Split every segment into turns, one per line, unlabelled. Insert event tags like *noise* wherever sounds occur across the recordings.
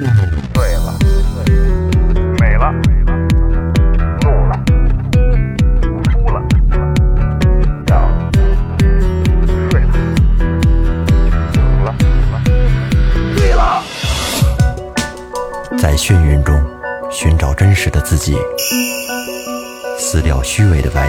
了，
美了，怒了，哭了，笑了，睡了，醒了，醉了。
在眩晕中寻找真实的自己，撕掉虚伪的外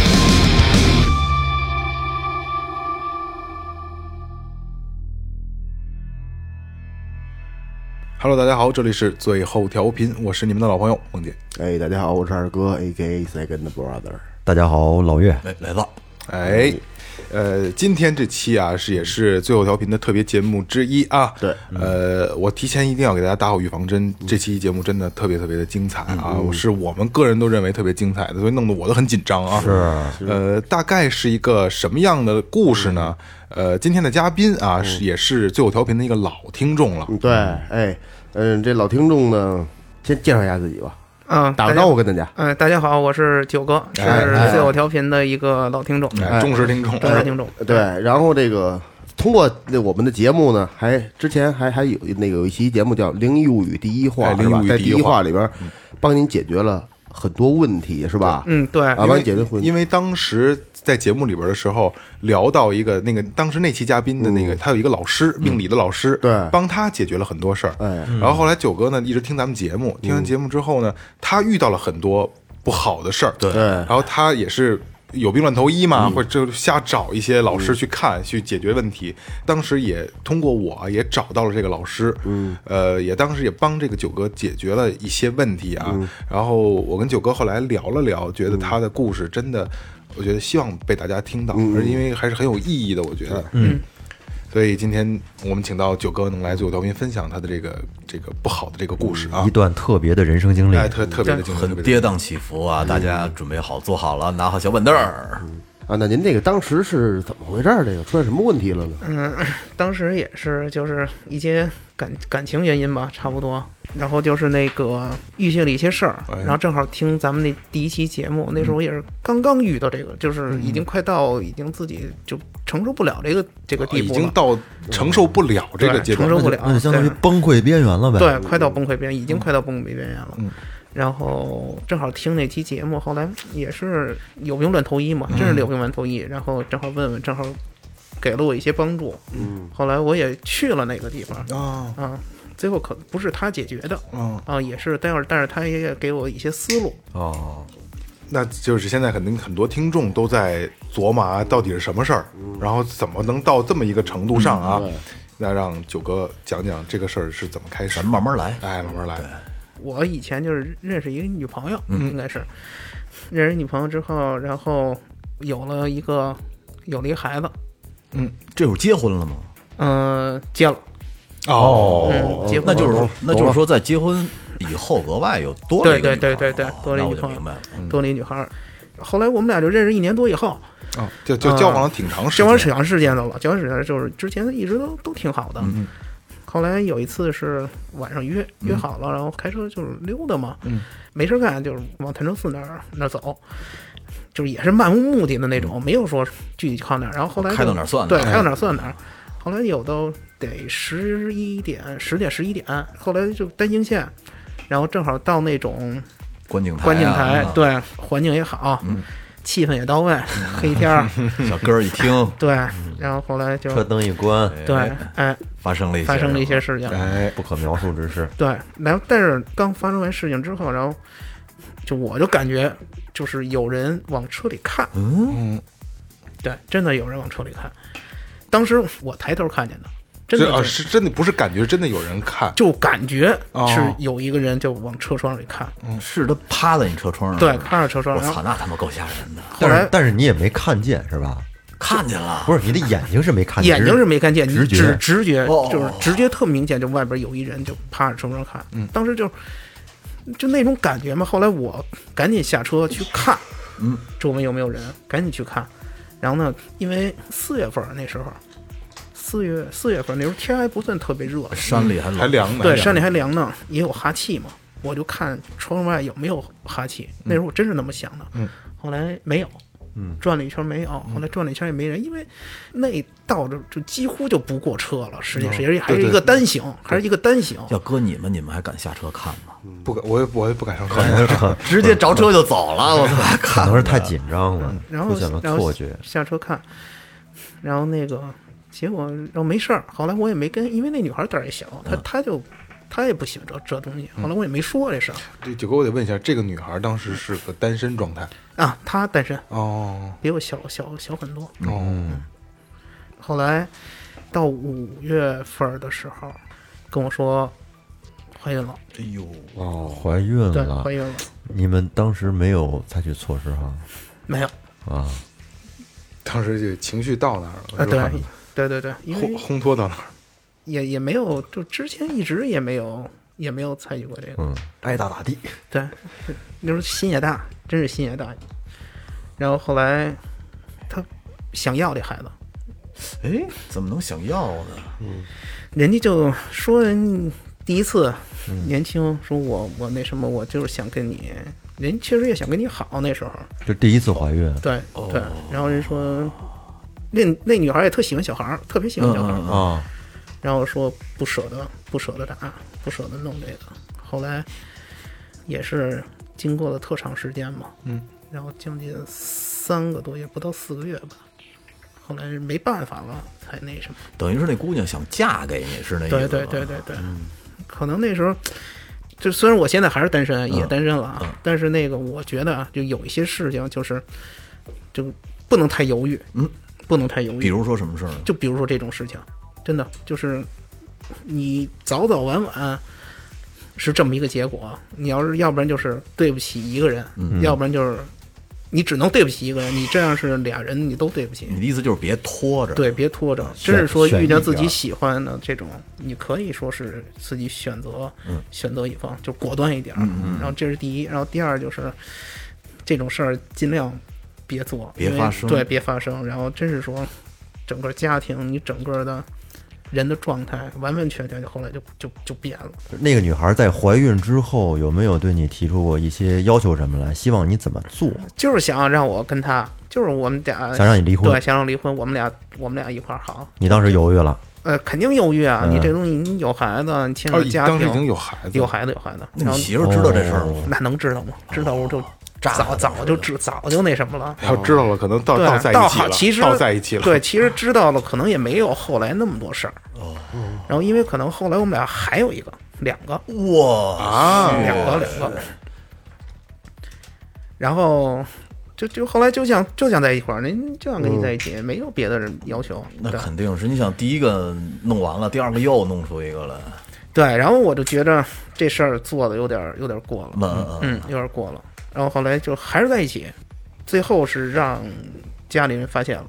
Hello，大家好，这里是最后调频，我是你们的老朋友梦姐。
哎，大家好，我是二哥，A K A Second Brother。
大家好，老岳，
来来了，
哎，呃，今天这期啊是也是最后调频的特别节目之一啊。
对，
呃，我提前一定要给大家打好预防针，这期节目真的特别特别的精彩啊，我是我们个人都认为特别精彩的，所以弄得我都很紧张啊。是，呃，大概是一个什么样的故事呢？呃，今天的嘉宾啊是也是最后调频的一个老听众了。
嗯对，哎，嗯、这老听众呢，先介绍一下自己吧，
嗯，
打个
大
招
家
呼跟大家。
嗯、大家好，我是九哥，是最后调频的一个老听众，
哎，忠实听众，
忠实听众。
对，然后这个通过那我们的节目呢，还之前还还有那个有一期节目叫《灵异物语》第一
哎
话，
灵
是
异
吧
物？语
在
第
第
一话
一
嗯
话里边，帮您解决了很多问题，是吧？
嗯，对，
啊，帮你解决问
因
题。
为当时在节目里边的时候，聊到一个那个当时那期嘉宾的那个，他有一个老师，命理的老师，
对
帮他解决了很多事儿。
哎，
然后后来九哥呢一直听咱们节目，听完节目之后呢，他遇到了很多不好的事儿，对嗯
对
然后他也是。有病乱投医嘛，或者就瞎找一些老师去看、去解决问题。当时也通过我也找到了这个老师，嗯，呃，也当时也帮这个九哥解决了一些问题啊。然后我跟九哥后来聊了聊，觉得他的故事真的，我觉得希望被大家听到，而因为还是很有意义的，我觉得，嗯。所以今天我们请到九哥能来最后调频分享他的这个这个不好的这个故事啊
一，段特别的人生经历，
哎，特特别的精彩，特
很
别的
跌宕起伏
嗯
啊！大家准备好，坐好了，拿好小板凳儿。
啊，那您这个当时是怎么回事儿？这个出现什么问题了呢？
嗯，当时也是就是一些感感情原因吧，差不多。然后就是那个遇见了一些事儿，然后正好听咱们那第一期节目，那时候也是刚刚遇到这个，就是已经快到已经自己就承受不了这个这个地
哦已
步了，
经到承受不了这个
对
阶段
承受
了，
不了，
那就相当于
对
崩溃边缘了呗。
对，快到崩溃边，已经快到崩溃边缘了。然后正好听那期节目，后来也是有病乱投医嘛，真是有病乱投医。然后正好问问，正好给了我一些帮助。嗯，后来我也去了那个地方
啊，
啊，最后可不是他解决的
嗯
啊，也是待会儿，但是他也给我一些思路。
哦，
那就是现在肯定很多听众都在琢磨啊，到底是什么事儿，然后怎么能到这么一个程度上啊？那让九哥讲讲这个事儿是怎么开始，
咱慢慢来
哎，慢慢来，
我以前就是认识一个女朋友，应该是认识女朋友之后，然后有了一个有了一孩子，
这会儿结婚了吗？
嗯、结了，
哦，
嗯，结婚
那就是
了
说那就是说，在结婚以后，额外又多了一个
对对对对
女朋友
对
哦
多了一
那
个
我就
朋友
明白了。
多了一女孩儿。后来我们俩就认识一年多以后，
哦就就交往了挺长时
交
间，
往挺长时间的了，交往时间就是之前一直都都挺好
嗯
的。后来有一次是晚上约约好了，然后开车就是溜达嘛，
嗯
没事儿干就是往潭柘寺那儿那儿走，就是也是漫无目的的那种，没有说具体靠哪儿。然后后来就
嗯开到哪儿算哪儿哎
对，开到哪儿算哪儿。后来有到得十一点、十点、十一点，后来就单行线，然后正好到那种
观景台啊，
观景台，
嗯，
对，环境也好，气氛也到位，黑天儿，
小哥儿
*laughs*
一听
对，然后后来就
车灯一关，
对，哎，
发生了一些
发生了一
什
些事情，
哎，
不可描述之事。
对，然后但是刚发生完事情之后，然后就我就感觉就是有人往车里看，嗯，对，真的有人往车里看，当时我抬头看见的，真
这啊
的是
是真的不是感觉，真的有人看，
就感觉
哦
是有一个人就往车窗里看，
么是他趴在你车窗上，
对，看着车窗，
嗯我
然
操，
后
那他妈够吓人的，
后
但
来
是但是你也没看见是吧？
看见了，
不是你的眼睛是没看见，
*laughs* 眼睛是没看见，你
直
只
觉。
直觉
哦
就是直觉特明显，就外边有一人就趴着车窗看，
嗯
当时就就那种感觉嘛。后来我赶紧下车去看，嗯，周围有没有人，赶紧去看。然后呢，因为四月份儿那时候，四月四月份那时候天还不算特别热，
山里还冷
还凉呢，
对，
还
山
凉
里还凉呢，也有哈气嘛。我就看窗外有没有哈气，那时候我真是那么想的。
嗯
嗯后来没有，转了一圈没有，后来转了一圈也没人，因为那道就就几乎就不过车了，实际
哦
实际还是一个
嗯
单行，还是一个单行。
要搁你们，你们还敢下车看吗？
嗯
不敢，我也我也不敢 *laughs* 上车。
直接着车就走了，我操！
可能是太紧张了，
嗯然
出
后
现了
然后
错觉。
下车看，然后那个结果然后没事儿。后来我也没跟，因为那女孩胆儿也小，
嗯
她她就她也不喜欢这这东西。后来我也没说这事儿
这九哥，我得问一下，这个女孩当时是个单身状态
啊，她单身，
哦
比我小小小很多。
哦，
后来到五月份儿的时候，跟我说怀孕了，
哎呦，
哦，怀孕
嗯
对，
了
怀，孕了，
你们当时没有采取措施哈？
没有
啊，
当时就情绪到那儿
啊，
了，是
对
吧，
对对对，因
烘
为
烘托到那儿。
也也没有，就之前一直也没有也没有参与过这个，
嗯，
爱咋咋地。
对，那时候心也大，真是心也大。然后后来他想要这孩子，
哎，怎么能想要呢？
人家就说人家第一次年轻，说我我那什么，我就是想跟你，人确实也想跟你好，那时候。
就第一次怀孕
对哦对，然后人说，那那女孩也特喜欢小孩儿，特别喜欢小孩儿，
啊，
然后说不舍得，不舍得打，不舍得弄这个。后来也是经过了特长时间嘛，嗯，然后将近三个多月，不到四个月吧，后来没办法了，才那什么。
等于是那姑娘想嫁给你，是那意思
对对
吗？
对对对，
嗯
可能那时候，就虽然我现在还是单身，
嗯
也单身了啊，但是那个我觉得啊，就有一些事情就是，就不能太犹豫，嗯，不能太犹豫。
比，如说什么事儿呢？
就比如说这种事情，真的就是你早早晚晚。是这么一个结果，你要是要不然就是对不起一个人，
嗯
要不然就是你只能对不起一个人，你这样是俩人你都对不起。
你的意思就是别拖着，，
对，别拖着。真是说遇见自己喜欢的这种，你可以说是自己选择，选择一方，就果断一点。嗯然后这是第一，然后第二就是这种事儿尽量别做，
别
因为
发生
对，别发生。然后真是说，整个家庭你整个的人的状态完完全全就后来就就就变了。
那个女孩在怀孕之后有没有对你提出过一些要求什么来？希望你怎么做？
就是想让我跟他，就是我们俩
想让你离婚
对，想让离婚，我们俩我们俩一块儿好。
你当时犹豫了，
呃，肯定犹豫啊！
嗯
你这东西，你有孩子，你牵
哦
扯，家庭，
当时已经有孩子，
有孩子有孩子，
那
然后
你媳妇儿知道这事儿吗？
那能知道吗？知道我就
炸
早
了
早就知早就那什么了。
要知道了，可能到
对
到哦在，
倒
一起
好，
了，
其实
到在一起了。
对，，其实知道了，可能也没有后来那么多事儿。哦，
嗯
然后因为可能后来我们俩还有一个，两个，哦
哇
啊，
两个，两个，然后就就后来就想就想在一块儿，您就想跟你在一起，
嗯
没有别的人要求。
那
对
肯定是，你想第一个弄完了，第二个又弄出一个来，
对，然后我就觉着这事儿做的有点儿有点儿过了。
嗯嗯
嗯，有点过了。然后后来就还是在一起，最后是让家里人发现了。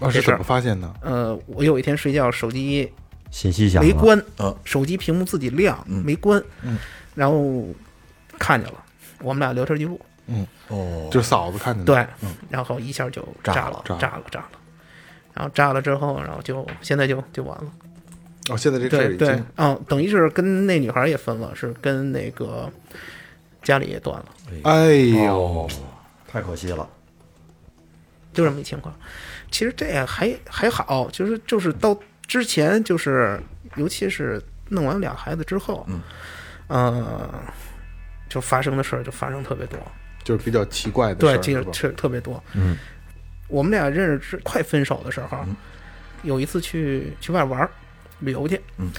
啊是怎么发现的？
呃，我有一天睡觉，手机
信息响
没
了，
关，
嗯
手机屏幕自己亮，没关，然后看见了我们俩聊天记录，
哦，
就是嫂子看见的。
对，然后一下就炸了，
嗯炸了
炸了，炸了。然后炸了之后，然后就现在就就完了。
哦，现在这事儿
对
已
对
经，
嗯，等于是跟那女孩也分了，是跟那个家里也断了。
哎
哦
呦，
太可惜了。
就这么一情况。其实这也还还好，就是就是到之前就是，尤其是弄完俩孩子之后，嗯，呃，就发生的事儿就发生特别多，
就是比较奇怪的事
对，
儿，
这
是
个
吧？
特特别多。嗯，我们俩认识之快分手的时候，
嗯
有一次去去外玩儿旅游去，嗯，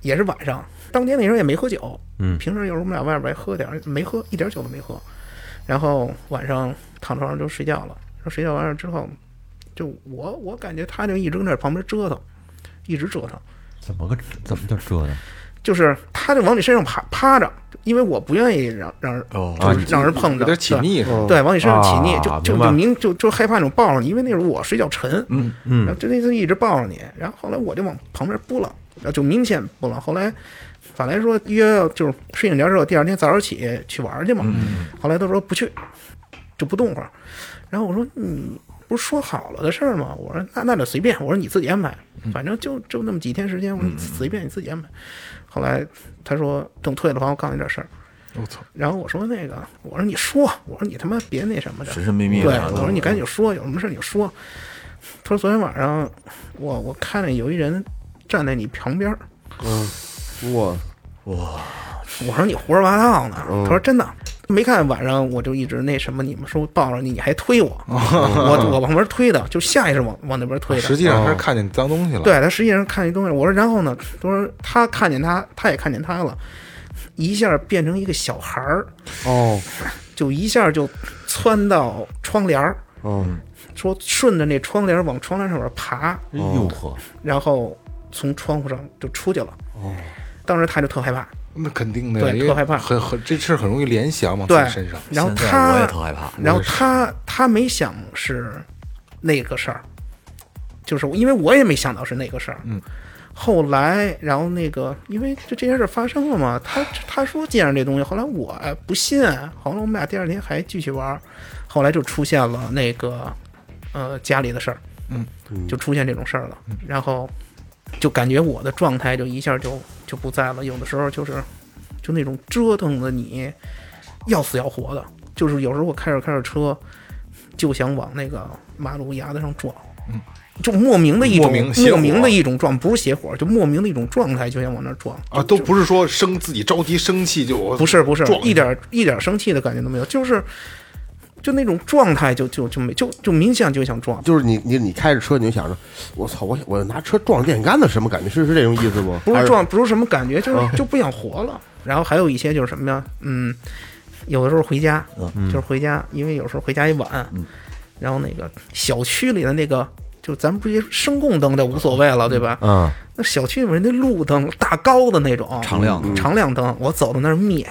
也是晚上，当天那时候也没喝酒，嗯，平时有时候我们俩外边喝点儿，没喝一点酒都没喝，然后晚上躺床上就睡觉了，说睡觉完了之后，就我我感觉他就一直在旁边折腾，一直折腾，
怎么个怎么叫这呢？
就是他就往你身上趴趴着，因为我不愿意让让人、
哦
就是让人碰着，
有点起
对
腻是吧？
对，往你身上起腻，
啊
就就
明白
就您就就害怕那种抱着你，因为那时候我睡觉沉，嗯嗯，然后就那次一直抱着你，然后后来我就往旁边拨浪，然后就明显拨浪。后来本来说约就是睡醒觉之后，第二天早上
嗯
起去玩去嘛，后来他说不去，就不动会儿，然后我说你不是说好了的事儿吗？我说那那就随便，我说你自己安排，
嗯
反正就就那么几天时间，我说你随便你自己安排。后来他说等退了房，我告诉你点事儿。
我操，
然后我说那个，我说你说，我说你他妈别那什么的，
神神秘秘的
对，
啊
我说你赶紧说，有什么事儿你说。他说昨天晚上我我看见有一人站在你旁边儿，
哇，
我说你胡说八道呢。
哦
他说真的，没看晚上我就一直那什么，你们说抱着你，你还推我，
哦
我我往旁边推的，就下意识往往那边推的。
啊实际上他是看见脏东西了。，
哦对他实际上看见东西，我说然后呢？他说他看见他，他也看见他了，一下变成一个小孩儿，
哦，
就一下就窜到窗帘儿，
哦，
说顺着那窗帘儿往窗帘上面爬，
哎呦呵，
然后从窗户上就出去了。哦，当时他就特害怕，
那肯定的，
对
因为
特害怕
很很这事儿很容易联想往自
对
己身上。，
然后
现在
他
我也特害怕
啊然后他他没想是那个事儿，就是因为我也没想到是那个事儿。嗯。后来，然后那个，因为就这件事儿发生了嘛，他他说见着这东西，后来我哎不信，后来我们俩第二天还继续玩儿，后来就出现了那个呃家里的事儿，嗯，就出现这种事儿了，
嗯
然后就感觉我的状态就一下就就不在了，有的时候就是就那种折腾的你要死要活的，就是有时候我开着开着车就想往那个马路牙子上撞，就莫名的一种
嗯莫名邪火
莫名的一种撞，不是邪火，就莫名的一种状态就想往那儿撞，
啊，都不是说生自己着急生气就我
不是不是
呃撞，
一点一点生气的感觉都没有，就是就那种状态就就就没就就明显就想撞。
就是你你你开着车，你就想着，我操，我我拿车撞电线杆子是什么感觉？是是这种意思不？
不
还
是撞，不是什么感觉，就是就不想活了。然后还有一些就是什么呀，嗯，有的时候回家，就是回家，因为有时候回家也晚，然后那个小区里的那个，就咱们不是声控灯就无所谓了，对吧？ *laughs*
嗯，
那小区里面那路灯大高的那种
常亮的
常亮灯，我走到那儿灭，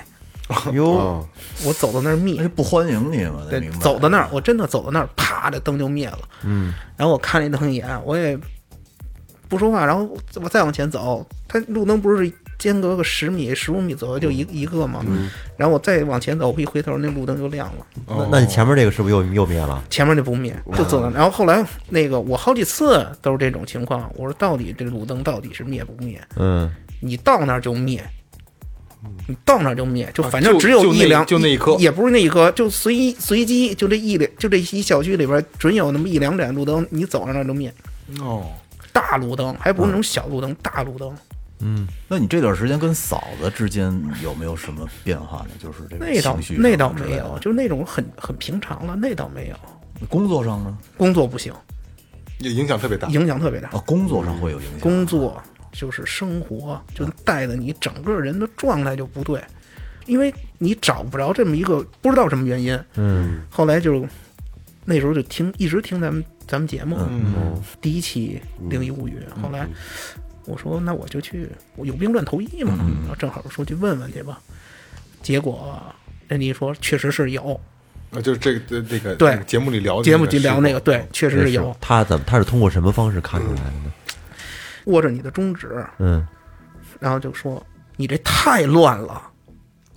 哟，
我走到那儿灭
那就，哎不欢迎你嘛，得
对
明，白？
走到那儿，我真的走到那儿，啪，这灯就灭了。嗯，然后我看那灯一眼，我也不说话，然后我再往前走，它路灯不是间隔个十米、十五米左右就一一个嘛。然后我再往前走，我一回头，那路灯就亮了，
那那你前面这个是不是又又灭了？
前面就不灭，就走到。然后后来那个我好几次都是这种情况，我说到底这路灯到底是灭不灭？
嗯，
你到那儿就灭，你到那儿就灭，就
嗯啊
反正
就
只有
就那
一两，
就那一颗
也不是那一颗，就随一随机，就这一两，就这一小区里边准有那么一两盏路灯，你走到那儿就灭，
哦，
大路灯，还不是那种小路灯，
嗯
大路灯。
那你这段时间跟嫂子之间有没有什么变化呢？就是这个
那倒
情绪上
那倒
之
没
类的
有，就是那种很很平常了，那倒没有。
工作上呢？
工作不行，
也影响特别大。
影响特别大
啊，，工作上会有影响。
工作就是生活，就带的你整个人的状态就不对，因为你找不着这么一个不知道什么原因。嗯，后来就那时候就听一直听咱们咱们节目，
嗯，
第一期《灵异物语》，后来我说那我就去，我有病乱投医嘛，
嗯
然后正好说去问问去吧，结果人家一说确实是有，
啊，就是这个这个
对
这个节目里聊的哦
节
那
目
个哦
就聊
事
那个，
故
对，确实是有，
他怎么他是通过什么方式看出来的呢？
握着你的中指，
嗯，
然后就说你这太乱了，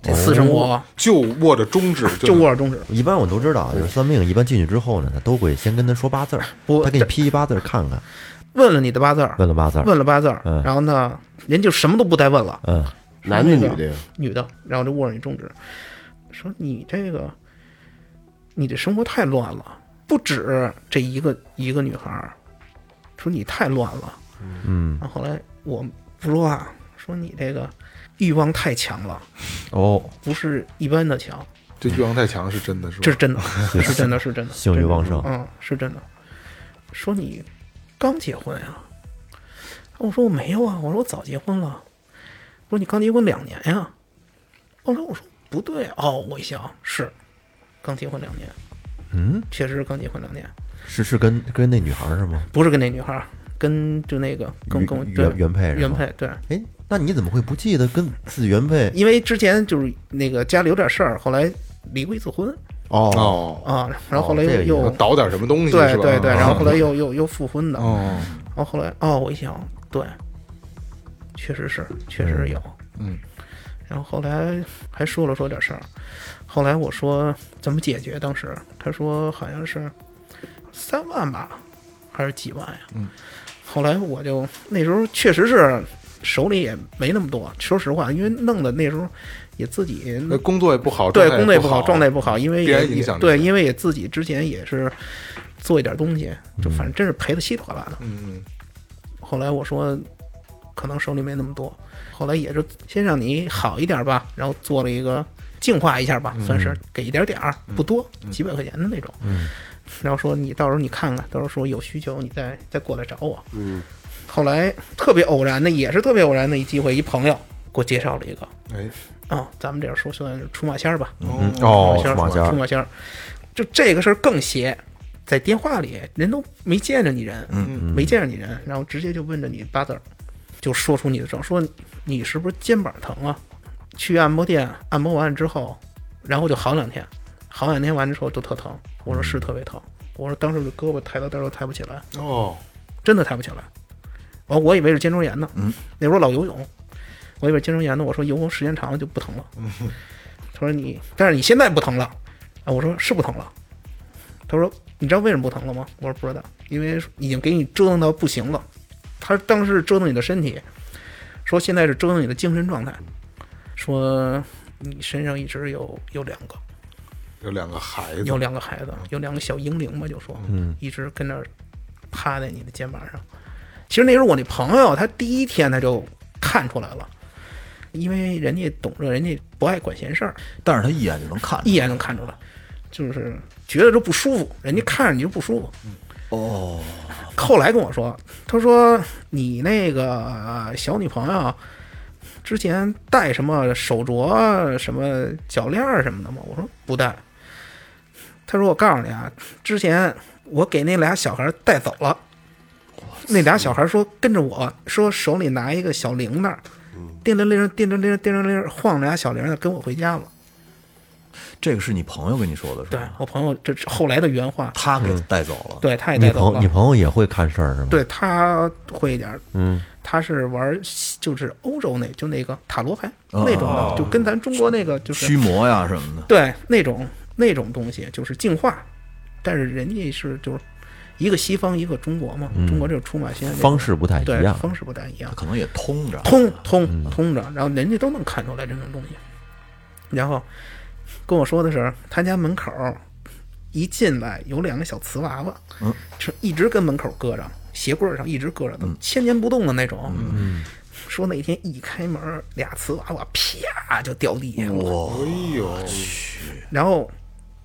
这私
哦
生活。
就握着中指
就握着中指，
一般我都知道，啊就是算命，一般进去之后呢，他都会先跟他说八字儿，
不
他给你
这
批一八字儿看看，
问了你的八字儿，
问了八字儿，
问了八字儿
嗯，
然后呢，人就什么都不再问了，
嗯，
男的女的呀？
女的，然后就握着你中指，说你这个，你这生活太乱了，不止这一个一个女孩儿，说你太乱了，嗯，然后后来我不说话，说你这个欲望太强了，
哦，
不是一般的强，
这欲望太强是真的，是吧？
这是真的，是真的，是真
*laughs*
的，
性欲旺盛
嗯，是真的。说你刚结婚呀、我说我没有啊，我说我早结婚了。我说你刚结婚两年呀、后来我说不对啊哦，我一想是刚结婚两年，嗯，确实是刚结婚两年，
是是跟跟那女孩儿是吗？
不是跟那女孩儿，跟就那个跟
原
跟我
原
对
原配是吗
原配对，
哎，那你怎么会不记得跟自己原配？
因为之前就是那个家里有点事儿，后来离过一次婚
哦，
哦，
啊，然后后来
哦这
又
个
又、
也
倒点什么东西
对
是吧？
对对，
啊
然后
*laughs*
后来又又又复婚的，
哦，
然后后来哦，我一想，对，确实是，确实是有，嗯。然后后来还说了说点事儿，后来我说怎么解决，当时他说好像是三万吧，还是几万呀？嗯，后来我就那时候确实是手里也没那么多，说实话，因为弄的那时候也自己
那工作也不好，
对
状态也
工作也不
好，
好，状态也不好，因为
必
也
然影响
也
你
对，因为也自己之前也是做一点东西，就反正真是赔的稀里哗啦的。
嗯，
后来我说，可能手里没那么多，后来也是先让你好一点吧，然后做了一个净化一下吧，算是给一点点儿，不多，几百块钱的那种。然后说你到时候你看看，到时候说有需求你再再过来找我。嗯，后来特别偶然的，也是特别偶然的一机会，一朋友给我介绍了一个
嗯哎，
啊、咱们这样说算是出马仙儿吧，
哦
哦，
出
出马
马
仙
仙儿，
儿
出马仙儿，就这个事儿更邪，在电话里人都没见着你人，嗯，没见着你人，然后直接就问着你八字儿，就说出你的症，说你是不是肩膀疼啊？去按摩店按摩完了之后，然后就好两天，好两天完了之后就特疼。我说是特别疼，我说当时我胳膊抬到这儿都抬不起来，
哦，
真的抬不起来。完，我以为是肩周炎呢，那时候老游泳，我以为肩周炎呢。我说游泳时间长了就不疼了。他说你，但是你现在不疼了啊？我说是不疼了。他说你知道为什么不疼了吗？我说不知道，因为已经给你折腾到不行了。他当时是折腾你的身体，说现在是折腾你的精神状态，说你身上一直有有两个，
有两个孩子，嗯
有两个孩子，有两个小婴灵吧，就说，嗯，一直跟那儿趴在你的肩膀上。其实那时候我那朋友，他第一天他就看出来了，因为人家懂这，人家不爱管闲事儿，
但是他一眼就能看
一眼能看出来，就是觉得这不舒服，人家看着你就不舒服。哦，后来跟我说，他说你那个呃小女朋友之前戴什么手镯、啊什么脚链儿什么的吗？我说不戴。他说我告诉你啊，之前我给那俩小孩带走了。那俩小孩说跟着我说手里拿一个小铃铛，叮铃铃叮铃铃叮铃铃晃着俩小铃铛跟我回家了。
这个是你朋友跟你说的是
对
吧？
我朋友这是后来的原话，
他给带走了。
对他也
你
带
朋
走
友
了
你。朋友也会看事儿是吗？，
对他会一点儿，
嗯，
他是玩西就是欧洲那就那个塔罗牌
哦
那种的，就跟咱中国那个就是
驱魔呀什么的，
对那种那种东西就是净化，但是人家是就是一个西方一个中国嘛，中国这种出马仙这
嗯
种
方式不太一
对
样。
方式不太一样
他，可能也通着。
通通通着，然后人家都能看出来这种东西。然后跟我说的是，他家门口一进来有两个小瓷娃娃，嗯，就一直跟门口搁着，鞋柜上一直搁着，都千年不动的那种。嗯， *laughs* 说那天一开门，俩瓷娃娃啪就掉地下了，
哎呦，
然后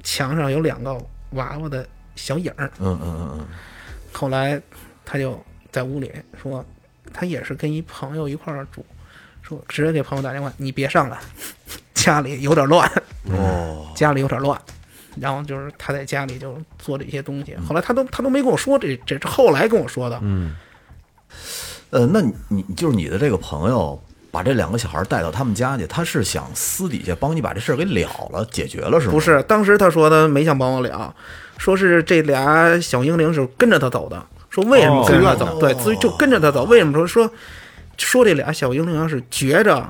墙上有两个娃娃的小影儿，
嗯嗯嗯嗯，
后来他就在屋里说，他也是跟一朋友一块儿住，说直接给朋友打电话，你别上来， *laughs* 家里有点乱，
嗯
哦，家里有点乱。然后就是他在家里就做这些东西，后来他都他都没跟我说这这是后来跟我说的，嗯，
呃，那你你就是你的这个朋友把这两个小孩带到他们家去，他是想私底下帮你把这事儿给了了，解决了是吗？
不，是，当时他说他没想帮我聊，说是这俩小英灵是跟着他走的，说为什么
哦
跟着他走？对，所以就跟着他走。为什么说说说这俩小英灵是觉着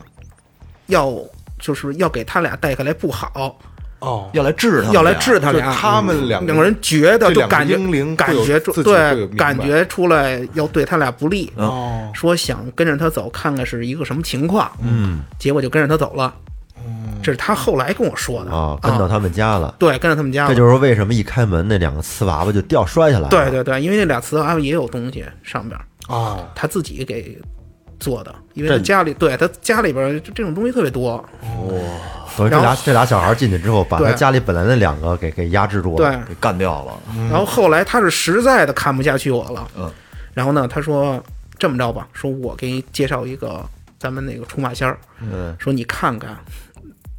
要就是要给他俩带下来不好，
哦，
要来治他们俩，
要来治他
就
俩。
他们两
两个人觉得
这
就
两个
感觉
英灵
感
会有
觉出
自己会有
对
明白
感觉出来要对他俩不利，
哦，
说想跟着他走，看看是一个什么情况。嗯，结果就跟着他走了。
嗯
这是他后来跟我说的
哦
啊，跟到他们家了。
对，跟着他们家了。
这就是为什么一开门那两个瓷娃娃就掉摔下来了。
对对对，因为那俩瓷娃娃也有东西上边儿，
哦，
他自己给做的，因为他家里对他家里边儿就这种东西特别多，
等于这
然
俩
后
这俩小孩进去之后，把他
对
家里本来那两个给给压制住了。
对。
给干掉了。
然后后来他是实在的看不下去我了，
嗯，
然后呢，他说这么着吧，说我给你介绍一个咱们那个出马仙儿，
嗯，
说你看看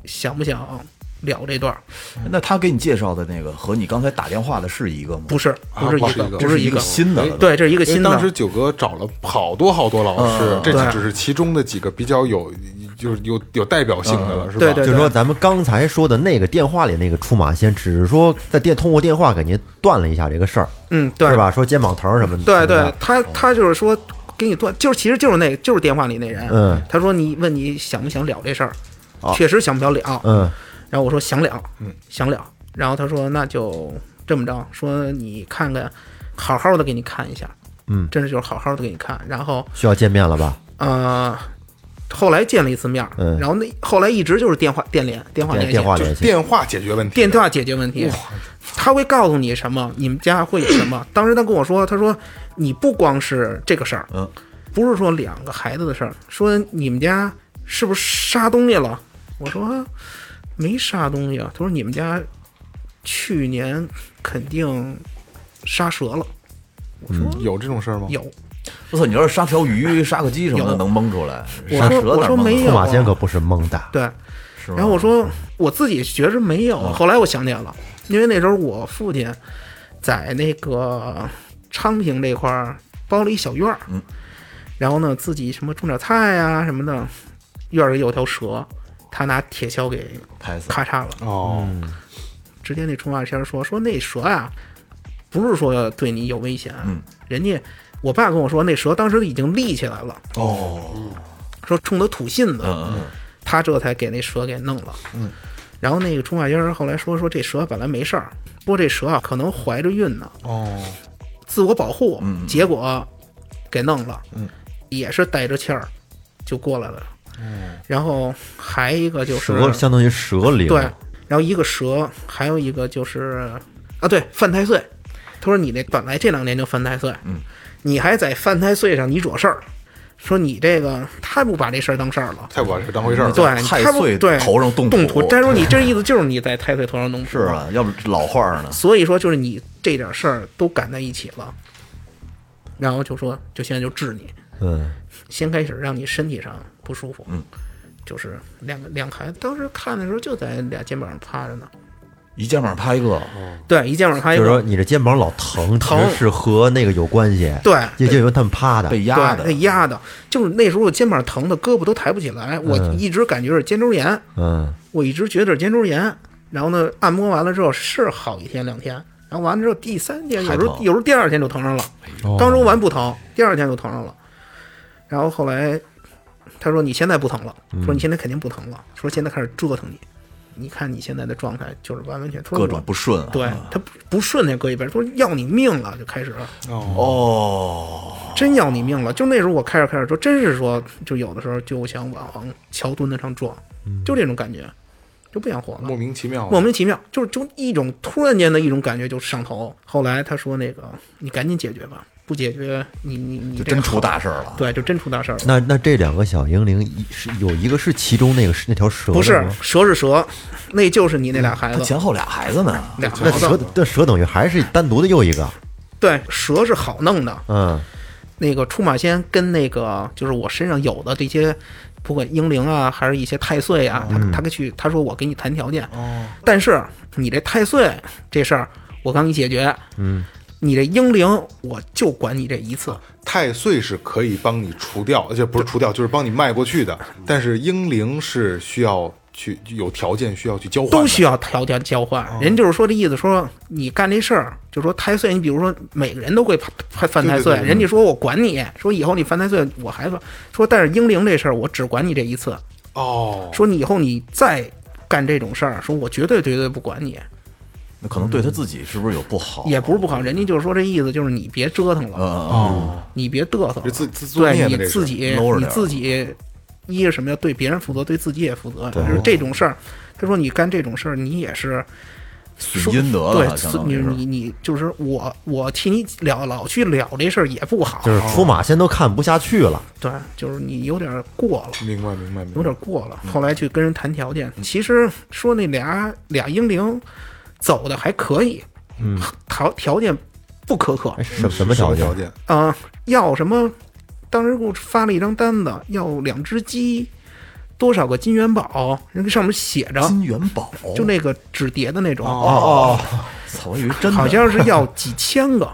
想不想聊这段儿？
那他给你介绍的那个和你刚才打电话的是一个吗？
不是，不
啊不
是一
是一个
不
这
是
一
个，
新的
哎
了。
对，这是一个
因为
新
当时
的，嗯
九哥找了好多好多老师，这
对
只是其中的几个比较有，就是有有代表性的了，是吧？
嗯对对
就
对
是说，咱们刚才说的那个电话里那个出马仙，只是说在电通过电话给您断了一下这个事儿，
嗯，对
是？吧？说肩膀疼什么的，
对
什么
对
的，
他他就是说给你断，就是其实就是那就是电话里那人，
嗯哦
他说你问你想不想了这事儿，确实想不了了，
嗯，
然后我说想了，嗯，想了，然后他说那就这么着说，你看看，好好的给你看一下，嗯，真是就是好好的给你看。然后
需要见面了吧？
呃，后来见了一次面儿，
嗯
然后那后来一直就是电话电联电话联
电
系，
电话
就
联系，
电话解决问题，
电话解决问题。他会告诉你什么，你们家会有什么。当时他跟我说，他说你不光是这个事儿，
嗯，
不是说两个孩子的事儿，说你们家是不是杀东西了？我说没杀东西啊。他说你们家去年肯定杀蛇了。我说、
嗯有这种事儿吗？
有，
我操，你要是杀条鱼、杀个鸡什么的，
有
能蒙出来？
我
杀
说
蛇
我
哪
说
儿蒙
没
出
出
来
有
马仙可不是蒙的，
对。
是吧啊
然后我说我自己觉着没有，后来我想起来了，因为那时候我父亲在那个昌平这块儿包了一小院儿，
嗯
然后呢自己什么种点菜啊什么的，院儿里有条蛇，他拿铁锹给
拍死了
咔嚓了。
哦，
之前那出马仙儿说说那蛇啊，不是说对你有危险，啊
嗯
人家我爸跟我说那蛇当时已经立起来了，哦，说冲他吐信子，
嗯嗯
他这才给那蛇给弄了。嗯，然后那个出马仙儿后来说说这蛇本来没事儿，不过这蛇啊可能怀着孕呢，
哦，
自我保护，
嗯
结果给弄了，也是带着气儿就过来了。然后还一个就是
蛇相当于蛇灵，
对，然后一个蛇，还有一个就是啊，对，犯太岁。他说你那本来这两年就犯太岁，嗯，你还在犯太岁上你惹事儿，说你这个太不把这事儿当事儿了。
太不把这当回事儿了。
对，
太
太不
岁
对
头上动
动
土
他说你这意思就是你在太岁头上动土，
是啊，要不老话儿呢。
所以说就是你这点事儿都赶在一起了，然后就说就现在就治你，
嗯，
先开始让你身体上不舒服，嗯，就是两个两孩子当时看的时候就在俩肩膀上趴着呢，
一肩膀拍一个，
对，一肩膀上趴一
就是说
个，
你这肩膀老疼，
哎疼
其实是和那个有关系，
对
也就因为他们趴的，
被
对，
压的
那，压的，就是那时候我肩膀疼的，胳膊都抬不起来，我
嗯
一直感觉是肩周炎，
嗯，
我一直觉得是肩周炎，然后呢，按摩完了之后是好一天两天，然后完了之后第三天，有
还
时候
疼哎
有时候第二天就疼上了，刚揉完不疼，第二天就疼上了，然后后来他说你现在不疼了，
嗯
说你现在肯定不疼了，说现在开始折腾你，你看你现在的状态就是完完全他说
各
我
种不顺啊。
对他不不顺那搁一边，说要你命了就开始。
嗯哦，
真要你命了！就那时候我开始开始说，真是说，就有的时候就想往桥墩子上撞，
嗯
就这种感觉，就不想活
莫
了，
名其妙，
莫名其妙，就是就一种突然间的一种感觉就上头。后来他说那个你赶紧解决吧，不解决你你你
就
这个
真出大
好
事儿了。
对，就真出大事儿了。
那那这两个小英灵一是有一个是其中那个是那条蛇的
不是
吗
蛇是蛇，那就是你那俩孩
他
子，
前后俩孩子呢，
那
俩孩
蛇
子
那蛇等于还是单独的又一个，
对蛇是好弄的，
嗯，
那个出马仙跟那个就是我身上有的这些，不管英灵啊，还是一些太岁啊，他他跟去他说我给你谈条件，但是你这太岁这事儿我刚给你解决，嗯，你这英灵我就管你这一次，
太岁是可以帮你除掉，而且不是除掉，就是帮你迈过去的。
嗯
但是英灵是需要去有条件，需要去交换的，哦
都需要条件交换。人就是说这意思，说你干这事儿，就说太岁，你比如说每个人都会犯犯太岁，
对对对
人家说我管你，说以后你犯太岁我还犯，说但是英灵这事儿我只管你这一次，
哦，
说你以后你再干这种事儿，说我绝对绝对不管你，
那可能对他自己是不是有不
哦
好？
也不哦是不好，人家就是说这意思就是你别折腾了，
嗯，
你别嘚瑟了，
这哦自自作孽的
对你
这是
自己
搂
你
着点儿
自己，一是什么呀？对别人负责，对自己也负责，就是这种事儿。他说你干这种事儿，你也是
损阴德了，
对
相，当
你
于
你
是。
你就是我我替你了老去了这事儿也不好，
就是出马仙都看不下去了，
对，就是你有点儿过了。
明白明白明
有
白。
点过了。后来去跟人谈条件，其实说那俩俩英灵走的还可以，嗯，条条件不苛刻
哎，什什么条
条
件？
件？
啊、要什么？当时给我发了一张单子，要两只鸡，多少个金元宝，人家上面写着，
金元宝，
啊就那个纸叠的那种，
哦
操，我以为真的。
好像是要几千个，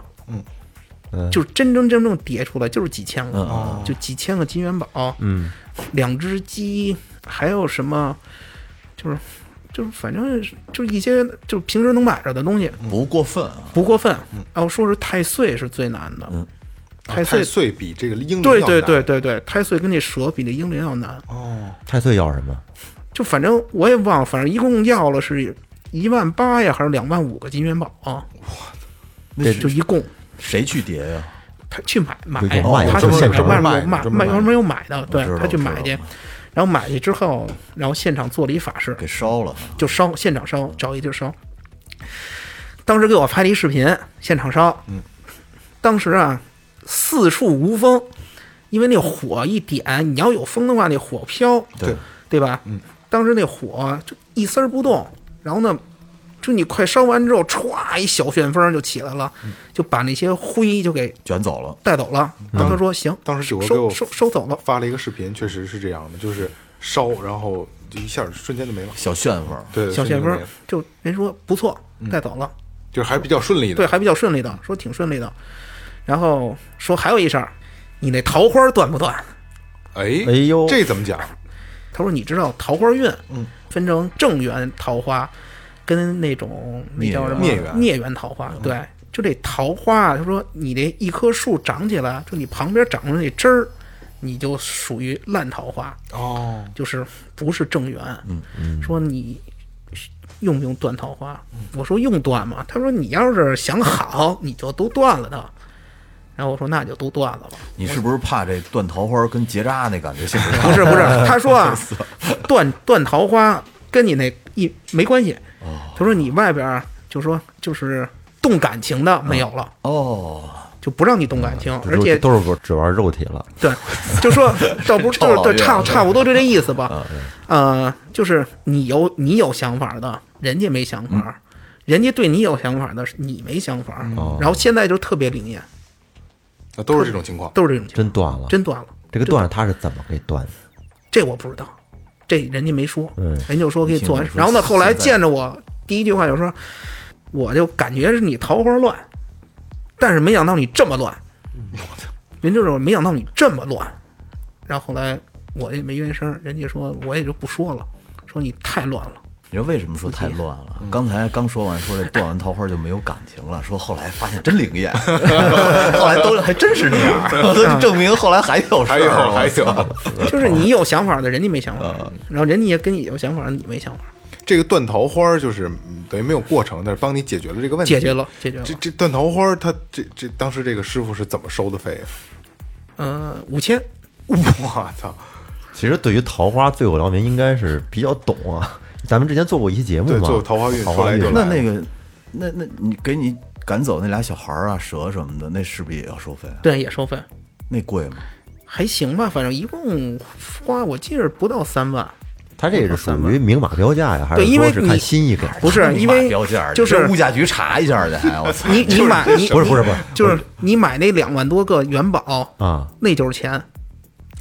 嗯
就是真真正正叠出来就是几千个，
嗯嗯
就几千个金元宝，嗯，两只鸡，还有什么，就是就是反正是就是一些就是平时能买着的东西，
不过分啊，
不过分。然后说是太岁是最难的，太
哦
岁
太岁比这个英灵
对
要
对
难
对对对，太岁跟那蛇比那英灵要难。
太岁要什么？
就反正我也忘了，反正一共要了是一万八呀，还是两万五个金元宝啊？
那
就一共
谁去叠呀？
他去买买，哦
对卖
他
有
是
现场
外
卖
面有卖
有
卖有没有买的，对
知道
他去买
知
去
道，
然后买去之后，然后现场做了一法事，
给烧了，
就烧，现场烧，找一地儿烧。当时给我拍了一视频，现场烧。嗯，当时啊，四处无风，因为那火一点，你要有风的话，那火飘，
对，
对吧？嗯，当时那火就一丝儿不动，然后呢，就你快烧完之后，歘，一小旋风就起来了，就把那些灰就给
卷走了。
带走了。当时说行，
嗯当时九哥给
收
我
收收走了。
发了一个视频，确实是这样的，就是烧，然后就一下瞬间就没了。
小旋风，
对，
小旋
瞬间就没
风
了
就人说不错，
嗯
带走了。
就是还比较顺利的。
对，还比较顺利的，说挺顺利的。然后说还有一事儿，你那桃花断不断？
哎
哎呦
这怎么讲？
他说你知道桃花运，嗯，分成正缘桃花跟那种那叫什么
孽缘嗯
孽缘桃花，对。就这桃花，啊他说你这一棵树长起来，就你旁边长出那枝儿，你就属于烂桃花，
哦，
就是不是正缘。嗯嗯，说你用不用断桃花？我说用断嘛。他说你要是想好，你就都断了它。然后我说那就都断了吧。
你是不是怕这断桃花跟结扎那感觉性质
不是不是，他说啊，断断桃花跟你那一没关系。他说你外边儿就说就是动感情的没有了，
哦，
就不让你动感情，而
都
且
都是只玩肉体了，
对，就 *laughs* 说倒不
赵
就
老
是对
爷
差差不多就这意思吧。呃，就是你有你有想法的，人家没想法，人家对你有想法的，你没想法。然后现在就特别灵验，
那都是这种情况。
都是这种情
真
况，
断了。
真啊断了。
这个断他是怎么给断的？
这我不知道，这人家没说，人就说可以做完
嗯你
事
听。
然后呢，
说
后来
现在
见着我第一句话就说，我就感觉是你桃花乱，但是没想到你这么乱，
嗯
人就是没想到你这么乱。然后后来我也没吭声，人家说我也就不说了，说你太乱了。
你说为什么说太乱
嗯
了？刚才刚说完，说这断完桃花就没有感情了，说后来发现真灵
*laughs*
验，后来都还真是这样，都证明后来还有事
还有 *laughs*
儿，
还有，
就是你有想法的，人家没想法，
啊
然后人家也跟你有想法，你没想法，
这个断桃花就是嗯等于没有过程，但是帮你解决了这个问题。
解决了，解决了
这。这断桃花，他这这当时这个师傅是怎么收的
*laughs*
费啊？
嗯，五千，
我操！
其实对于桃花，最有聊民应该是比较懂啊。咱们之前做过一期节目
对
嘛，
做桃花运
桃
说
花
来
运
就
那那个，那那你给你赶走那俩小孩儿啊、蛇什么的，那是不是也要收费啊？
对，也收费，
那贵吗？
还行吧，反正一共花我记着不到三万。
他这是属于明码标价呀，还
对
是
因为
说是看
你
心意给？
不是因
*laughs* 你
为
买标价儿
就
你这
是
物价局查一下去，还我
*laughs*
操！
你你买你
不是不是不是
就是你买那两万多个元宝
啊，
那就是钱，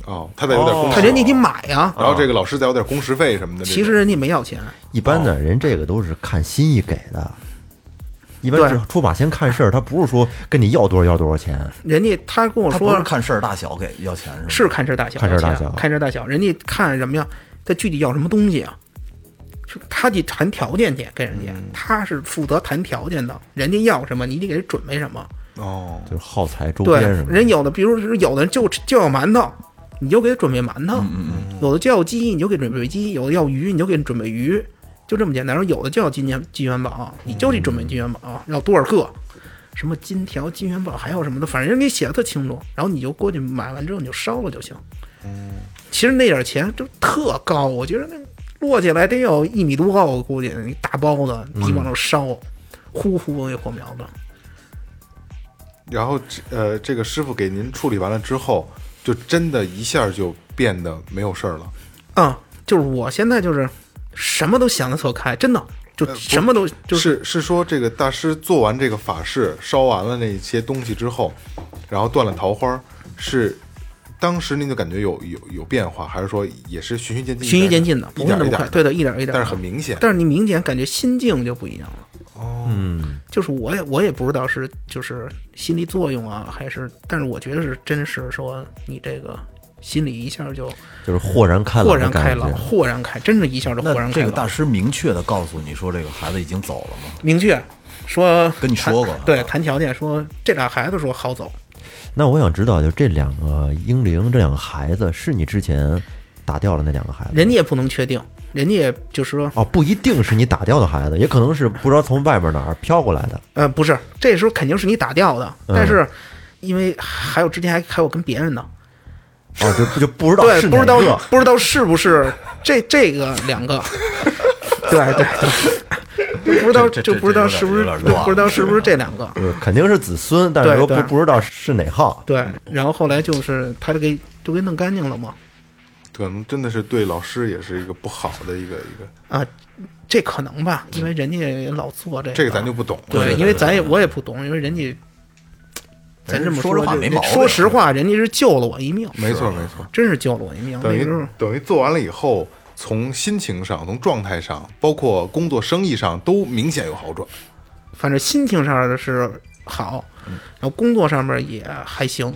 哦，他得有点工
他
时，
人家得买呀。
哦
然后这个老师再有点工时费什么的。
其实人家没要钱，
一般
哦
的人这个都是看心意给的，一般
对
是出马先看事儿，他不是说跟你要多少要多少钱，
人家他跟我
他不是
说
看事儿大小给要钱是吗？
是看事儿大小，
看事儿大小
看事儿大小，人家看什么呀？他具体要什么东西啊？就他得谈条件去跟人家，
嗯
他是负责谈条件的，人家要什么你得给人准备什么。
哦，
就是耗材周
对
边什，么的。
人有的，比如是有的人就就要馒头，你就给他准备馒头；
嗯
有的就要鸡，你就给准备鸡；有的要鱼，你就给准备鱼，就这么简单。然后有的就要金元金元宝，你就得准备金元宝，要多少个，什么金条、金元宝，还有什么的，反正人给你写的特清楚。然后你就过去买完之后你就烧了就行。
嗯
其实那点钱就特高，我觉得那摞起来得有一米多高，我估计那大包子，你往那烧，呼呼那火苗子。
然后这呃，这个师傅给您处理完了之后，就真的一下就变得没有事儿了。
啊，就是我现在就是什么都想得特开，真的就
呃不
什么都就是
是说，这个大师做完这个法事，烧完了那些东西之后，然后断了桃花，是当时您就感觉有有有变化，还是说也是循序渐进？
循序渐进的，
一
不会
点
那
一
么
点
快，
儿
对的，一点儿一点儿的，
但是很明显
但是你明显感觉心境就不一样了。哦，
嗯
就是我也我也不知道是就是心理作用啊，还是，但是我觉得是真是说你这个心里一下就
就是豁然开
豁
朗的
然开
感觉
朗，。豁然开，真是一下就豁然
那这
开
个大
朗，
师明确的告诉你说，这个孩子已经走了吗？
明确说
跟你
谈
说过
对，谈条件说这俩孩子说好走，
那我想知道，就这两个英灵，这两个孩子是你之前打掉的那两个孩子吗？
人家也不能确定，人家也就是说，
哦，不一定是你打掉的孩子，也可能是不知道从外面哪儿飘过来的。
呃，不是，这时候肯定是你打掉的，
嗯
但是因为还有之前还还有跟别人的，
哦，就就不知道
对，
是
不知
哪
道
个
不知道是不是这这个两
*laughs*
个，对对对，不知道
这这
就不知道是不是
这有点有点乱
不知道是不是这两个，
*laughs*
呃肯定是子孙，但是说
对
不
对
不知道是哪号。
对，然后后来就是他就给就给弄干净了嘛，
可能真的是对老师也是一个不好的一个一个，
啊，这可能吧，因为人家也老做这个，
这个咱就不懂了。
对，因为咱也我也不懂，因为人家咱这么
哎说实话
就
没毛病
说实话，人家是救了我一命，
没错没错，
真是救了我一命。
等
那
于
时候
等于做完了以后，从心情上、从状态上，包括工作、生意上都明显有好转。
反正心情上的是好，然后工作上面也还行，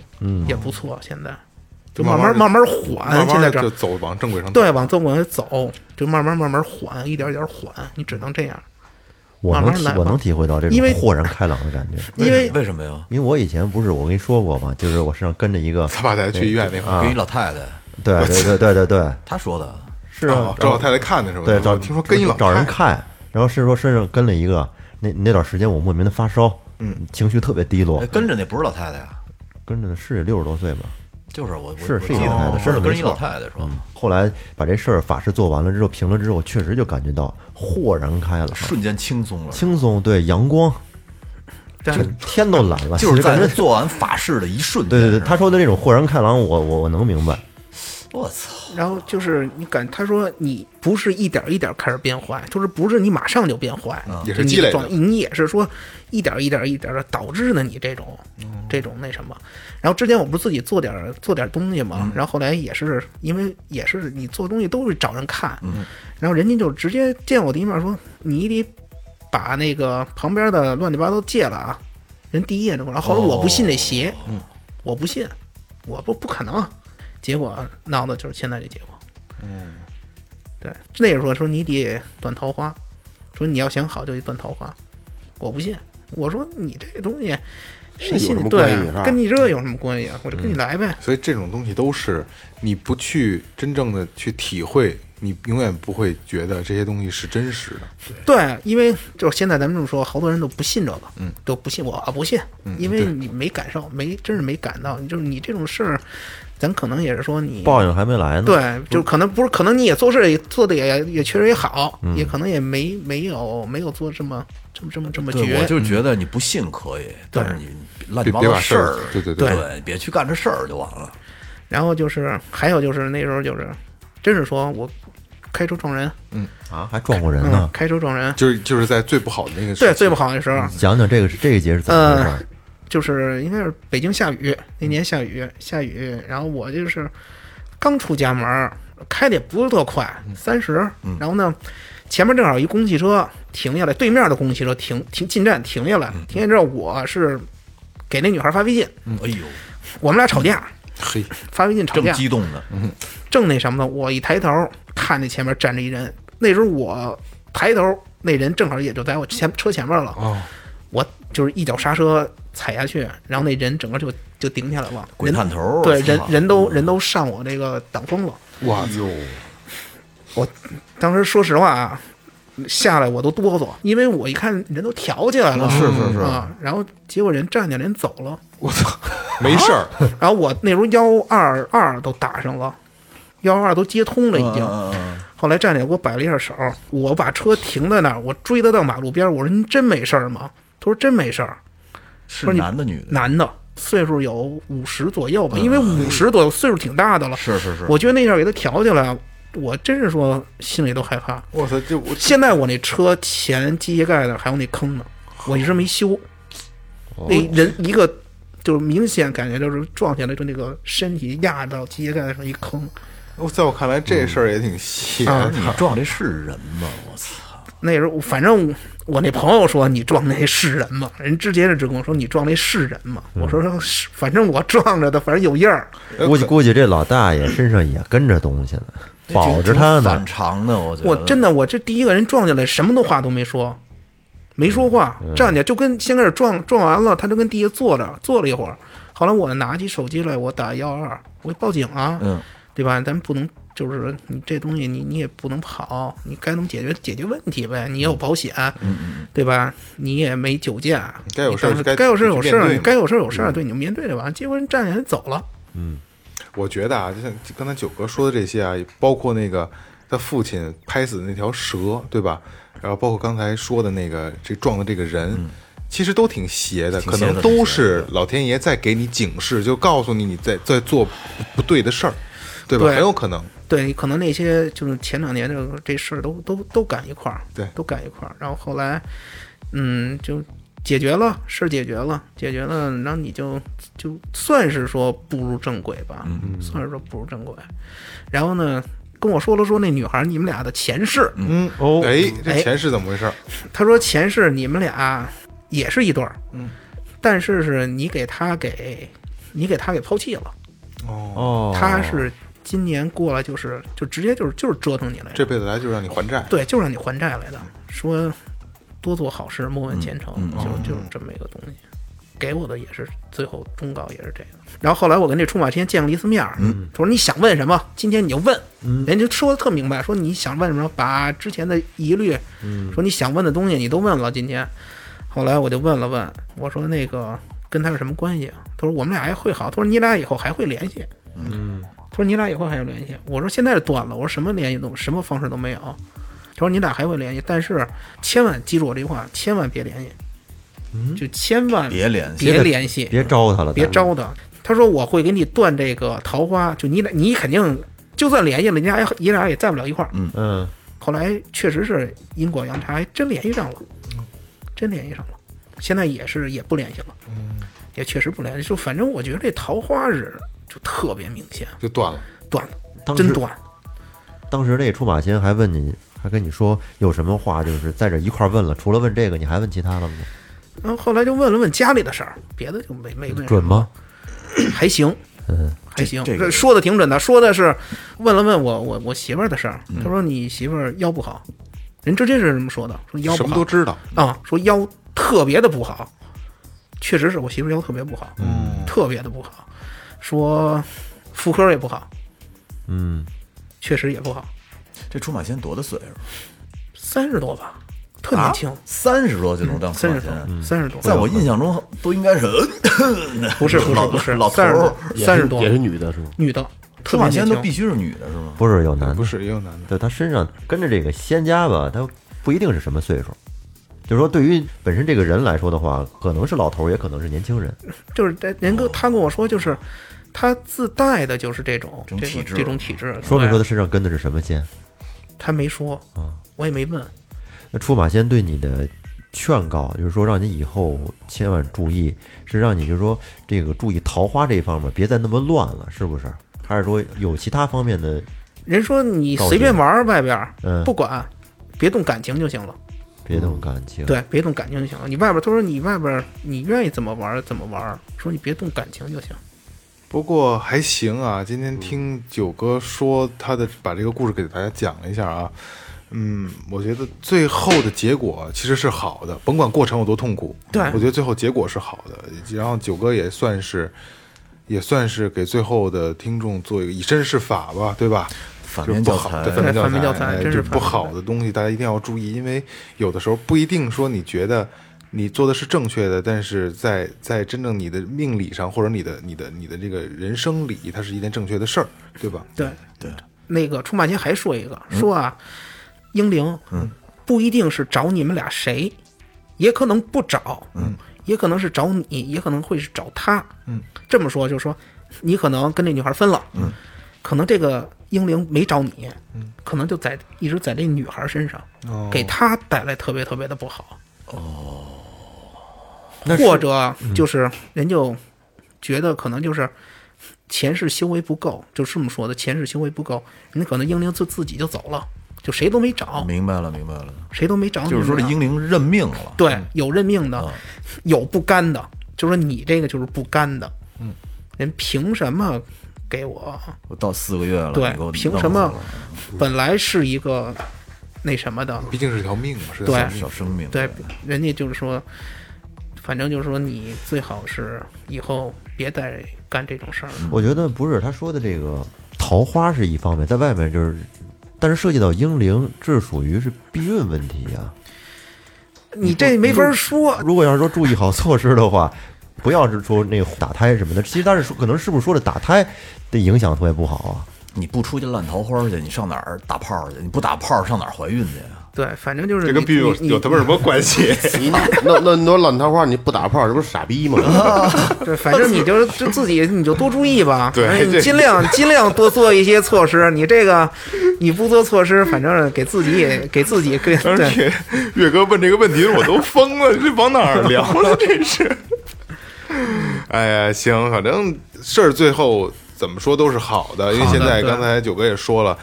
也不错。现在就慢慢
慢慢
慢慢
慢
缓，啊现
慢
在
的
这
就
儿
走往正轨上走。 *laughs*
对往正轨走，就慢慢慢慢缓，一点一点缓，你只能这样。
我能
慢慢
体
来吧
我能体会到这
因为
种豁然开朗的感觉，
因为
为什么呀？
因为我以前不是我跟你说过嘛，就是我身上跟着一个，
他爸带他去医院那
啊
会儿，
给你老太太，
对对对对对对，
她说的，
是
啊
哦找老太太看的是吧？
对，找
我听说跟一老
找人
太太
看，然后是说身上跟了一个，那那段时间我莫名的发烧，嗯，情绪特别低落
哎，跟着那不是老太太呀，
跟着是六十多岁吧，
就是我，我
是
我
是
记
一
得
老太嗯太
我
是的
跟
没
一
错
老太太说，
后来把这事儿法事做完了之后，评了之后，确实就感觉到豁然开朗，
瞬间轻松了，
轻松，对阳光，
但
这天都蓝了，
就是
其实
在
感
那
觉。
做完法事的一瞬间，
对对对，他说的这种豁然开朗，我我我能明白。
我操，
然后就是你感，他说你不是一点一点开始变坏，就是不是你马上就变坏，
啊也
就是你
积累
状
的。
你也是说一点一点一点的导致的你这种这种那什么。然后之前我不是自己做点儿做点儿东西
嗯
嘛，然后后来也是因为也是你做东西都是找人看，
嗯
然后人家就直接见我第一面说你得把那个旁边的乱七八糟戒了啊，人第一眼就过来，后来我不信这邪，
哦嗯
我不信，我不不可能，结果闹的就是现在这结果。嗯，对，那时候说你得断桃花，说你要想好就得断桃花，我不信，我说你这东西。谁信
有什
你？
么
对
关系是
啊
吧，嗯
跟你这有什么关系啊？我就跟你来呗。
所以这种东西都是你不去真正的去体会，你永远不会觉得这些东西是真实的。
对，因为就是现在咱们这么说，好多人都不信这个，嗯，都不信我不信，
嗯
因为
对
你没感受，没真是没感到，就是你这种事儿，咱可能也是说你
报应还没来呢。，
对，
嗯
就可能不是，可能你也做事也做的也也确实也好，
嗯
也可能也没没有没有做这么这么这么这么
对，
绝
我，就觉得你不信可以，但是你乱七八
别
糟
把事儿
儿，
对对
对
对
对
别去干这事儿就完了。
然后就是还有就是那时候就是，真是说我开车撞人，
啊，还撞过人
嗯
呢，。
开车撞人，
就是就是在最不好的那个时
对，
期
最不好的时候，
讲讲这个这一节是怎么回事儿？
就是应该是北京下雨，那年下雨下雨，然后我就是刚出家门儿，开的也不是特快，三十，然后呢，前面正好一公共汽车停下来，对面的公共汽车停停进站停下来，停下之后我是给那女孩发微信，
哎呦，
我们俩吵架，
嘿，
发微信吵
正
架，
激动哎呢，
正那什么呢，我一抬头看见前面站着一人，那时候我抬头，那人正好也就在我前车前面了，
哦
我就是一脚刹车踩下去，然后那人整个就就顶起来了，
鬼探头儿
人对
是
人
吧
人都人都上我这个挡风了。
哇哟，
当时说实话啊，下来我都哆嗦，因为我一看人都挑起
哦
来了，是是是
嗯
啊，然后结果人站起来人走了，
我操，没事儿，
然后我那时候幺二二都打上了，幺二都接通了已经。
嗯嗯
后来站起来给我摆了一下手，我把车停在那儿，我追他到马路边儿，我说您真没事儿吗？他说真没事儿，
是
不是你
男的女的？
男的，岁数有五十左右吧，因为五十左右岁数挺大的了。
嗯是是是，
我觉得那下给他调起来，我真是说心里都害怕。
我操，这我
现在我那车前机械盖子还有那坑呢，我一直没修。
哦
那人一个就是明显感觉就是撞起来，就那个身体压到机械盖子上一坑。
我在我看来这事儿也挺邪
啊
的。
你撞这是人吗？我操！
那时候反正我那朋友说你撞那是人吗？人直接就跟我说你撞那是人吗？我说是，反正我撞着的，反正有印儿。
估计估计这老大爷身上也跟着东西呢，保着他
挺
呢
反。常的，我觉得。
我真的，我这第一个人撞进来，什么都话都没说，没说话，站起来就跟先开始撞撞完了，他就跟地下坐着坐了一会儿。后来我拿起手机来，我打幺二二，我报警啊，
嗯
对吧？咱们不能就是你这东西你你也不能跑，你该能解决解决问题呗。你也有保险，对吧？你也没酒驾，
嗯该有事儿
你当
该
时该有事儿有事
面
儿，
对嘛
你
嗯
该有事儿有事儿，对，你就面对着吧。结果人站起来走了，
我觉得啊，就像刚才九哥说的这些啊，包括那个他父亲拍死的那条蛇，对吧？然后包括刚才说的那个这撞的这个人，其实都挺邪的，可
邪的
能都是老天爷在给你警示，就告诉你你在在做不不对的事儿，对吧？
对
很有可能。
对，可能那些就是前两年这个这事儿都都都赶一块儿，
对
都赶一块儿。然后后来，嗯，就解决了，事儿解决了，解决了，然后你就就算是说步入正轨吧，算是说步入正轨。然后呢，跟我说了说那女孩儿你们俩的前世，
嗯，
哦
哎，这
哎
钱是怎么回事？
他说前世你们俩也是一对儿，嗯，但是是你给他给你给他给抛弃了，
哦，
他是今年过来就是就直接就是就是折腾你来着，
这辈子来就让你还债。
对，就让你还债来的，说多做好事，莫问前程，就就是这么一个东西。给我的也是最后忠告也是这个。然后后来我跟这出马天见了一次面儿，他说你想问什么，今天你就问，人家说的特明白，说你想问什么，把之前的疑虑，说你想问的东西你都问了，今天。后来我就问了问，我说那个跟他是什么关系啊？他说我们俩还会好，他说你俩以后还会联系。他说你俩以后还有联系？我说现在是断了，我说什么联系都什么方式都没有。他说你俩还会联系，但是千万记住我这句话，千万别联系，就千万
别联系，
别联系，
别招他了，
别
咱们
招他。他说我会给你断这个桃花，就你俩你肯定就算联系了，你俩也你俩也在不了一块儿。
嗯，
后来确实是因果阳差，还真联系上了，真联系上了。现在也是也不联系了，也确实不联系。就反正我觉得这桃花是就特别明显，
就断了，
断了，
当时
真断。
当时那出马仙还问你，还跟你说有什么话，就是在这一块儿问了，除了问这个，你还问其他的吗？
然后后来就问了问家里的事儿，别的就没没问。
准吗？
还行，
嗯，
还行，
这这个
说的挺准的，说的是问了问我我我媳妇儿的事儿，他说你媳妇儿腰不好，人直接是这么说的，说腰
什
不
么都
好
知道。
啊，说腰特别的不好，确实是我媳妇儿腰特别不好，
嗯，
特别的不好，说妇科也不好，
嗯，
确实也不好，
这出马仙多大岁数？啊
三十多吧，特年轻，
三十多就能当出
三
马
十多嗯
仙，，
三十多，
在我印象中都应该是
*laughs* 不是不
老
是不是
老头
三十
儿
多，
也是
三十多
也是女的是吗？
女的，特
出
别
马
年
仙
轻
都必须是女的是吗？
不是有男的
不，是也有男的。
对他身上跟着这个仙家吧，他不一定是什么岁数。就是说，对于本身这个人来说的话，可能是老头儿，也可能是年轻人。
就是这人哥他跟我说，就是他自带的就是这种
这
这种
种体质
这种体质。
说没说他
对
身上跟的是什么仙？
他没说，我也没问。
那出马仙对你的劝告，就是说让你以后千万注意，是让你就是说这个注意桃花这一方面，别再那么乱了，是不是？还是说有其他方面的？
人说你
告诫
随便玩儿外边儿
嗯，
不管，别动感情就行了。
别动感情。，
对，别动感情就行了。你外边儿，他说你外边儿，你愿意怎么玩儿怎么玩儿，说你别动感情就行。
不过还行啊，今天听九哥说他的，把这个故事给大家讲了一下啊。嗯，我觉得最后的结果其实是好的，甭管过程有多痛苦，
对
我觉得最后结果是好的。然后九哥也算是，也算是给最后的听众做一个以身试法吧，对吧？
反
就
面
是不
教
好
材
的，反面
对反面
教
教材
哎
真是
就
反
不
面教
好
材
的东西，大家一定要注意，因为有的时候不一定说你觉得你做的是正确的，但是在在真正你的命理上，或者你的你的你的这个人生里，它是一件正确的事儿，对吧？
对对，那个出马前还说一个，说啊，英灵，嗯，不一定是找你们俩谁，也可能不找，嗯，也可能是找你，也可能会是找他，嗯，这么说就是说，你可能跟这女孩分了，嗯，可能这个英灵没找你，嗯，可能就在一直在这女孩身上，
哦
给她带来特别特别的不好，哦，或者就是人就觉得可能就是。前世修为不够，就是这么说的。前世修为不够，人家可能英灵就自己就走了，就谁都没找，
明白了，明白了，
谁都没找你
就
们俩。
是说这英灵认命了，
嗯啊对，有认命的，有不甘的，就说你这个就是不甘的，嗯，人凭什么给我？
我到四个月了，
对
你给我，
凭
弄
什么
死了
本来是一个那什么的，
毕竟是条命嘛，是
对
条命
小生命？
对，人家就是说，反正就是说你最好是以后别再干这种事儿了。
嗯我觉得不是他说的这个。桃花是一方面，在外面就是，但是涉及到英灵，这属于是避孕问题啊。
你这没法说，
如果要是说注意好措施的话，不要是说那个打胎什么的，其实但是说可能是不是说的打胎的影响特别不好啊？
你不出去烂桃花去，你上哪儿打炮去？你不打炮上哪儿怀孕去呀？
对，反正就是
这跟
你
避孕有
你
有他妈什么关系？
*laughs* 你那那你说烂桃花，你不打炮，这不是傻逼吗？
*laughs*
对，反正你就是就自己你就多注意吧，
对
反正
这
你尽量尽量多做一些措施。你这个你不做措施，反正给自己也给自己给
而
对
且 *laughs* 岳哥问这个问题，我都疯了，这往哪儿聊了？这是。哎呀，行，反正事儿最后怎么说都是好的，因为现在
对
刚才九哥也说了。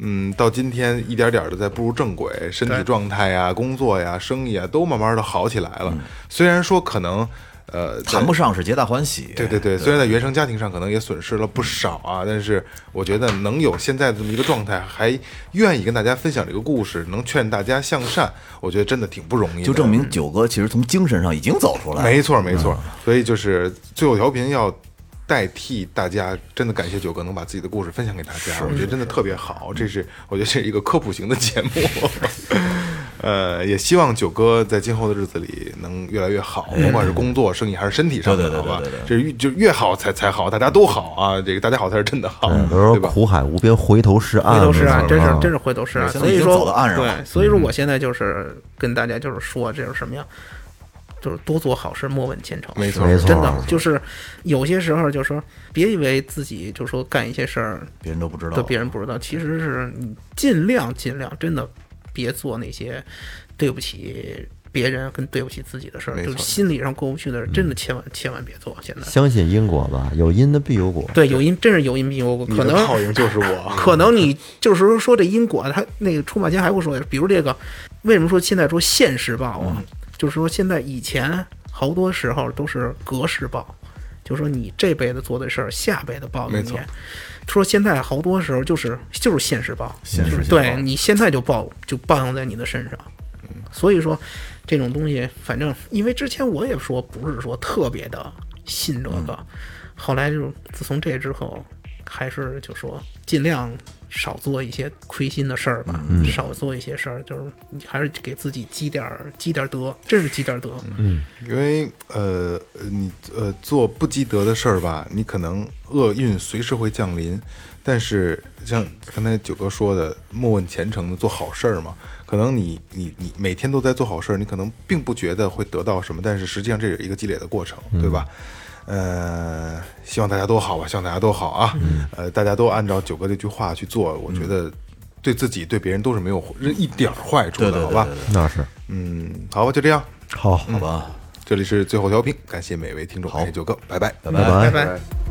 嗯，到今天一点点的在步入正轨，身体
对
状态呀、工作呀、生意啊，都慢慢的好起来了。
嗯
虽然说可能，呃，在
谈不上是皆大欢喜。
对对对，虽然在原生家庭上可能也损失了不少啊，
嗯
但是我觉得能有现在这么一个状态，还愿意跟大家分享这个故事，能劝大家向善，我觉得真的挺不容易的。
就证明九哥其实从精神上已经走出来了。
没错没
嗯
错，所以就是最后调频要。代替大家，真的感谢九哥能把自己的故事分享给大家，我觉得真的特别好。这是我觉得这是一个科普型的节目，呃，也希望九哥在今后的日子里能越来越好，甭管是工作、生意还是身体上的，
对哎对
好
对
吧
对对？对
这越就越好才才好，大家都好啊！这个大家好才是真的
哎
好，
嗯，比如
对
说
吧？
苦海无边，回头是岸
哦
嘛，
回头是岸，真是
啊
真是回头是岸。
现在
所以
已经走到
说
岸上了
对，
嗯
所以说我现在就是跟大家就是说这是什么呀？就是多做好事，莫问前程。
没错
没错
真的就是有些时候就是说，别以为自己就说干一些事儿
别人都不知道
都。别人不知道，其实是你尽量尽量真的别做那些对不起别人跟对不起自己的事
没
儿，就是
错
心理上过不去的事儿，真的千万千万别做。现在
相信因果吧，有因的必有果。
对有因真是有因必有果，
你
可
的啊
能 *laughs*
泡影就是我，
可能你就是说说这因果，他那个出马前还会说，比如这个，为什么说现在说现世报啊？
嗯
就是说现在以前好多时候都是隔世报，就是说你这辈子做的事儿，下辈子报应
没
你
错。
说现在好多时候就是就是现世报，
现世
就是
报
对你现在就报就报应在你的身上。所以说，这种东西，反正因为之前我也说不是说特别的信这个，
嗯
后来就是自从这之后，还是就说尽量少做一些亏心的事儿吧，
嗯
少做一些事儿，就是你还是给自己积点儿积点儿德，真是积点儿德。
嗯
因为呃，你呃做不积德的事儿吧，你可能厄运随时会降临。但是像刚才九哥说的，莫问前程的做好事儿嘛，可能你你你每天都在做好事儿，你可能并不觉得会得到什么，但是实际上这是一个积累的过程，对吧？呃，希望大家都好吧，希望大家都好啊。呃，大家都按照九哥这句话去做，我觉得对自己对别人都是没有一点儿坏处的，好吧？
那是
嗯，好吧，就这样。
好，
好吧，
这里是最后调频，感谢每位听众，感谢九哥，拜拜，拜
拜
拜
拜拜
拜。